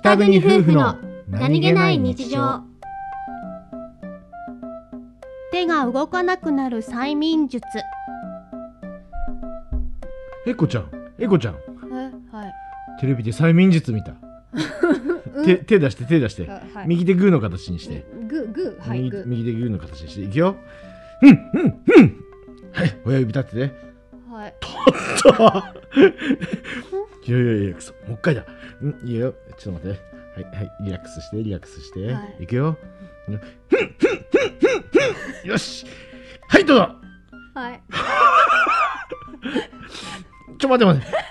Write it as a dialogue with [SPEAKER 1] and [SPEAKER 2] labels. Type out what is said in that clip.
[SPEAKER 1] 北国夫婦の何気ない日常
[SPEAKER 2] 手が動かなくなる催眠術
[SPEAKER 1] エコちゃんエコちゃん
[SPEAKER 2] えはい
[SPEAKER 1] テレビで催眠術見た、手手出して手出して、
[SPEAKER 2] は
[SPEAKER 1] 右手グーの形にして、
[SPEAKER 2] ググはい
[SPEAKER 1] 右
[SPEAKER 2] グ
[SPEAKER 1] 右手グーの形にしていくようんうんうんはい親指 立ってて
[SPEAKER 2] はい
[SPEAKER 1] そういやいやいやくそもう一回だうんいいよちょっと待ってはいはいリラックスしてリラックスして、、
[SPEAKER 2] はい
[SPEAKER 1] くよふんふんふんふんふんよしはいどうぞ
[SPEAKER 2] はい
[SPEAKER 1] ちょ待って待って 뭐,